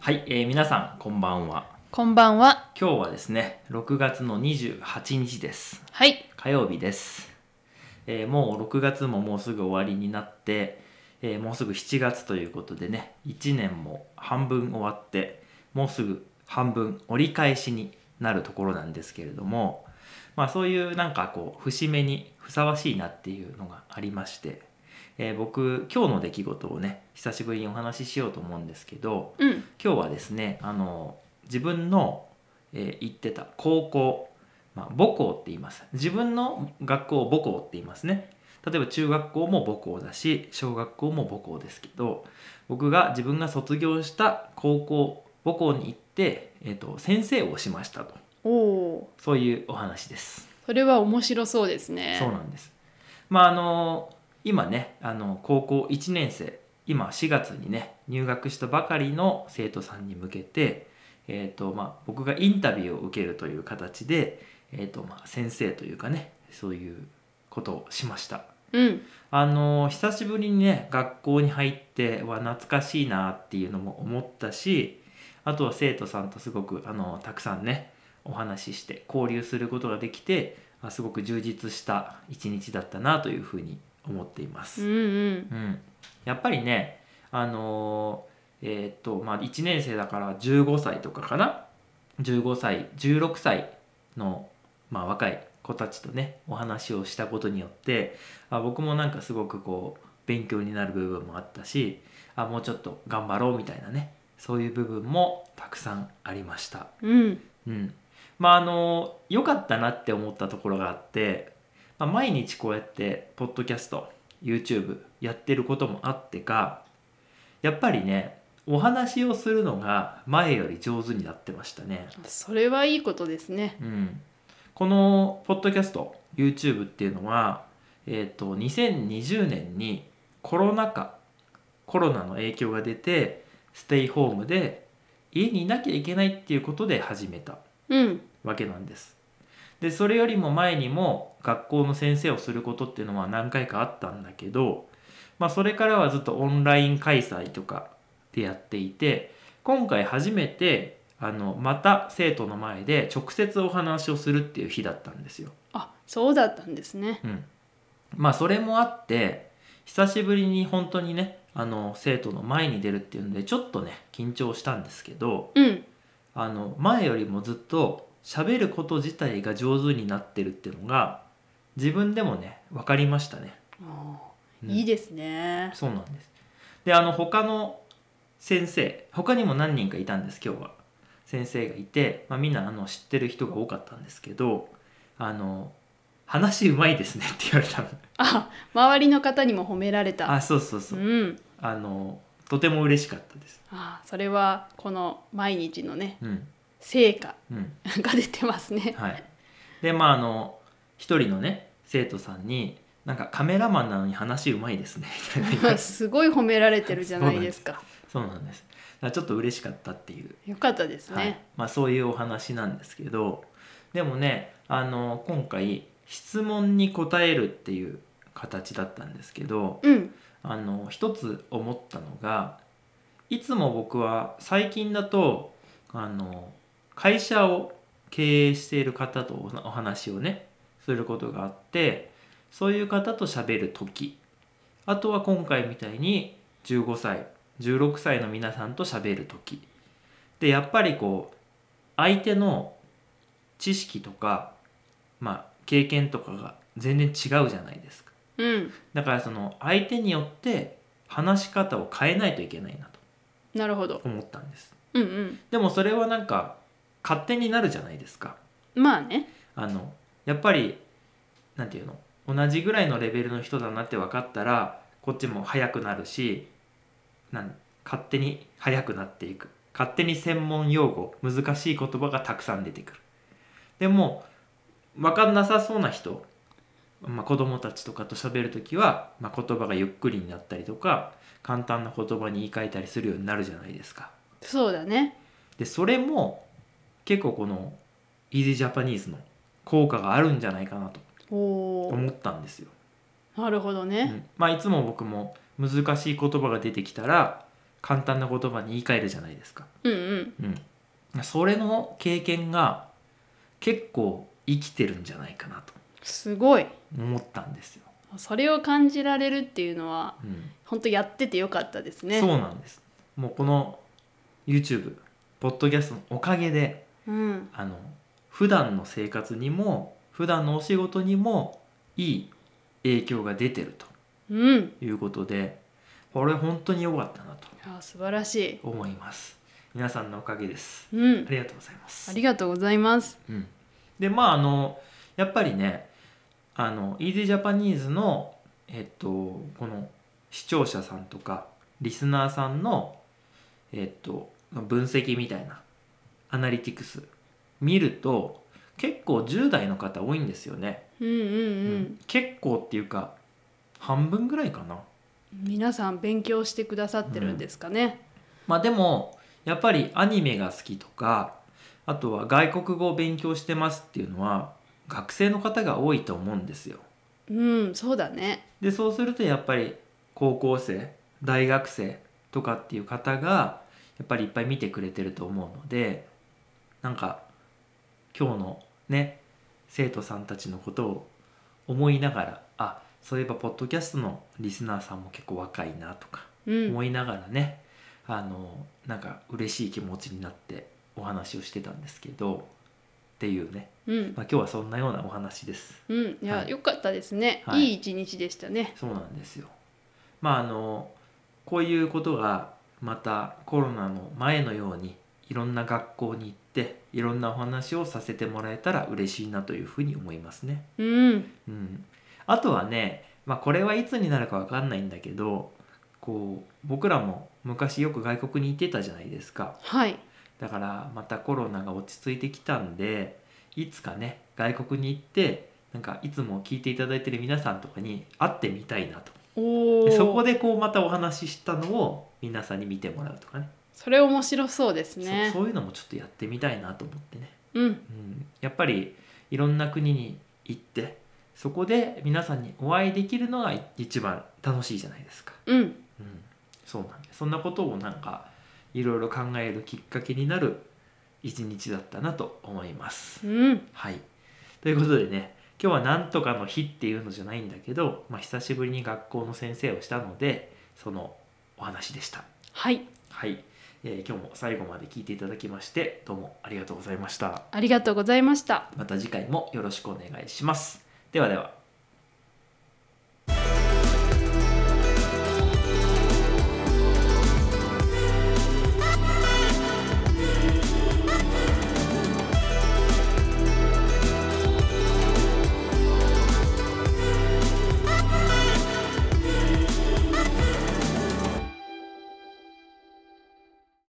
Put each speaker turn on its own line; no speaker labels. はい、えー皆さんこんばんは。
こんばんは。
今日はですね、6月の28日です。
はい。
火曜日です。えーもう6月ももうすぐ終わりになって、えーもうすぐ7月ということでね、1年も半分終わって、もうすぐ半分折り返しになるところなんですけれども、まあそういうなんかこう、節目にふさわしいなっていうのがありまして、えー僕、今日の出来事をね、久しぶりにお話ししようと思うんですけど、
うん。
今日はですねあの自分の、えー行ってた高校、まあ、母校って言います自分の学校を母校って言いますね例えば中学校も母校だし小学校も母校ですけど僕が自分が卒業した高校母校に行って、えー、と先生をしましたと
おお
そういうお話です
ー。それは面白そうですね。
そうなんです。まああの今ねあの高校1年生今4月にね入学したばかりの生徒さんに向けて、えーとまあ、僕がインタビューを受けるという形で、えーとまあ、先生というかねそういうことをしました。
うん。
あの久しぶりにね学校に入っては懐かしいなっていうのも思ったしあとは生徒さんとすごくあのたくさんねお話しして交流することができてあすごく充実した一日だったなというふうに思っていま
う
す。
んうん。
うん、やっぱりねあのーえーっとまあ1年生だから15歳とかかな15歳16歳の、まあ、若い子たちとねお話をしたことによってあ僕もなんかすごくこう勉強になる部分もあったしあもうちょっと頑張ろうみたいなねそういう部分もたくさんありました。
うん。
うん、まああの良かったなって思ったところがあって、まあ、毎日こうやってポッドキャスト YouTube やってることもあってかやっぱりねお話をするのが前より上手になってましたね、
それはいいことですね。
うん、このポッドキャスト YouTube っていうのは、えっと2020年にコロナ禍コロナの影響が出てステイホームで家にいなきゃいけないっていうことで始めた
うん。
わけなんです。でそれよりも前にも学校の先生をすることっていうのは何回かあったんだけど、まあ、それからはずっとオンライン開催とかでやっていて今回初めてあのまた生徒の前で直接お話をするっていう日だったんですよ。
あ、そうだったんですね。
うん、まあそれもあって久しぶりに本当にねあの生徒の前に出るっていうんでちょっとね緊張したんですけど、
うん。
あの前よりもずっと喋ること自体が上手になってるっていうのが自分でもね分かりましたね。
あ
うん
ーいいですね。
そうなんです。であの他の先生他にも何人かいたんです今日は先生がいて、まあ、みんなあの知ってる人が多かったんですけど「あの話うまいですね」って言われたの。
あ、周りの方にも褒められた。
あそうそうそうう。
ん。
あのとても嬉しかったです。
あー、それはこの毎日のね、
うん
成果
うん
が出てますね。
はい、でまああの一人のね生徒さんに「なんかカメラマンなのに話うまいですね」みたいな言 われて
すごい褒められてるじゃないですか。
そうなんですだからちょっと嬉しかったっていう、
よかったです
はい
ね。
まあ、そういうお話なんですけどでもねあの今回質問に答えるっていう形だったんですけど
うん。
あの一つ思ったのがいつも僕は最近だとあの会社を経営している方とおお話をねすることがあってそういう方と喋る時あとは今回みたいに15歳16歳の皆さんと喋る時でやっぱりこう相手の知識とか、まあ、経験とかが全然違うじゃないですか。
うん。
だからその相手によって話し方を変えないといけないなと
なるほど。
思ったんです
うんうん。
でもそれはなんか勝手になるじゃないですか
まあね。
あのやっぱりなんていうの同じぐらいのレベルの人だなって分かったらこっちも速くなるしなん勝手に速くなっていく勝手に専門用語難しい言葉がたくさん出てくるでも分かんなさそうな人、まあ、子供たちとかと喋る時は、まあ、言葉がゆっくりになったりとか簡単な言葉に言い換えたりするようになるじゃないですか
そうだね。
でそれも結構この Easy Japanese の効果があるんじゃないかなと
おお。
思ったんですよ。
なるほど
う
ね。
んまあ、いつも僕も難しい言葉が出てきたら簡単な言葉に言い換えるじゃないですか。
うんうん
うん、それの経験が結構生きてるんじゃないかなと
すごい
思ったんですよ。
それを感じられるっていうのは
うん
本当やっててよかったですね
そうなんです。もうこの YouTube、ポッドキャストのおかげで、
うん
あの普段の生活にも普段のお仕事にもいい影響が出てる
うん
ということで、これ本当に良かったなと
いや素晴らしい
思います。皆さんのおかげです。
うん
ありがとうございます。
ありがとうございます
うん、でまああのやっぱりねあの EasyJapanese のえっとこの視聴者さんとかリスナーさんのえっと分析みたいなアナリティクス見ると結構10代の方多いんですよね、
うんうん
う
うん、
結構っていうか半分ぐらいかな
皆さん勉強してくださってるんですかね、
まあでもやっぱりアニメが好きとかあとは外国語を勉強してますっていうのは学生の方が多いと思うんですよ
うん、そうだね。
でそうするとやっぱり高校生大学生とかっていう方がやっぱりいっぱい見てくれてると思うのでなんか今日のね生徒さんたちのことを思いながらあそういえばポッドキャストのリスナーさんも結構若いなとか
うん、
思いながらね、あのなんか嬉しい気持ちになってお話をしてたんですけどっていうね、
うん、
まあ、今日はそんなようなお話です。
うん、いや、
はい
よかったですね。
はい
い、い一日でしたね。
そうなんですよ。まああのこういうことがまたコロナの前のようにいろんな学校に行っていろんなお話をさせてもらえたら嬉しいなというふうに思いますね。
うん、
うん、あとはね、まあ、これはいつになるかわかんないんだけどこう僕らも昔よく外国に行ってたじゃないですか。
はい、
だからまたコロナが落ち着いてきたんでいつかね外国に行ってなんかいつも聞いていただいてる皆さんとかに会ってみたいなと
おお、
でそこでこうまたお話ししたのを皆さんに見てもらうとかね
それ面白そうですね。
そそういうのもちょっとやってみたいなと思ってね、
うん、
うん、やっぱりいろんな国に行ってそこで皆さんにお会いできるのがい一番楽しいじゃないですか、
うん、
うん、そうなんでそんなことをなんかいろいろ考えるきっかけになる一日だったなと思います
うん、
はい。ということでね、今日はなんとかの日っていうのじゃないんだけど、まあ、久しぶりに学校の先生をしたので、そのお話でした。
はい、
はい。えー今日も最後まで聞いていただきまして、どうもありがとうございました。
ありがとうございました。
また次回もよろしくお願いします。ではでは。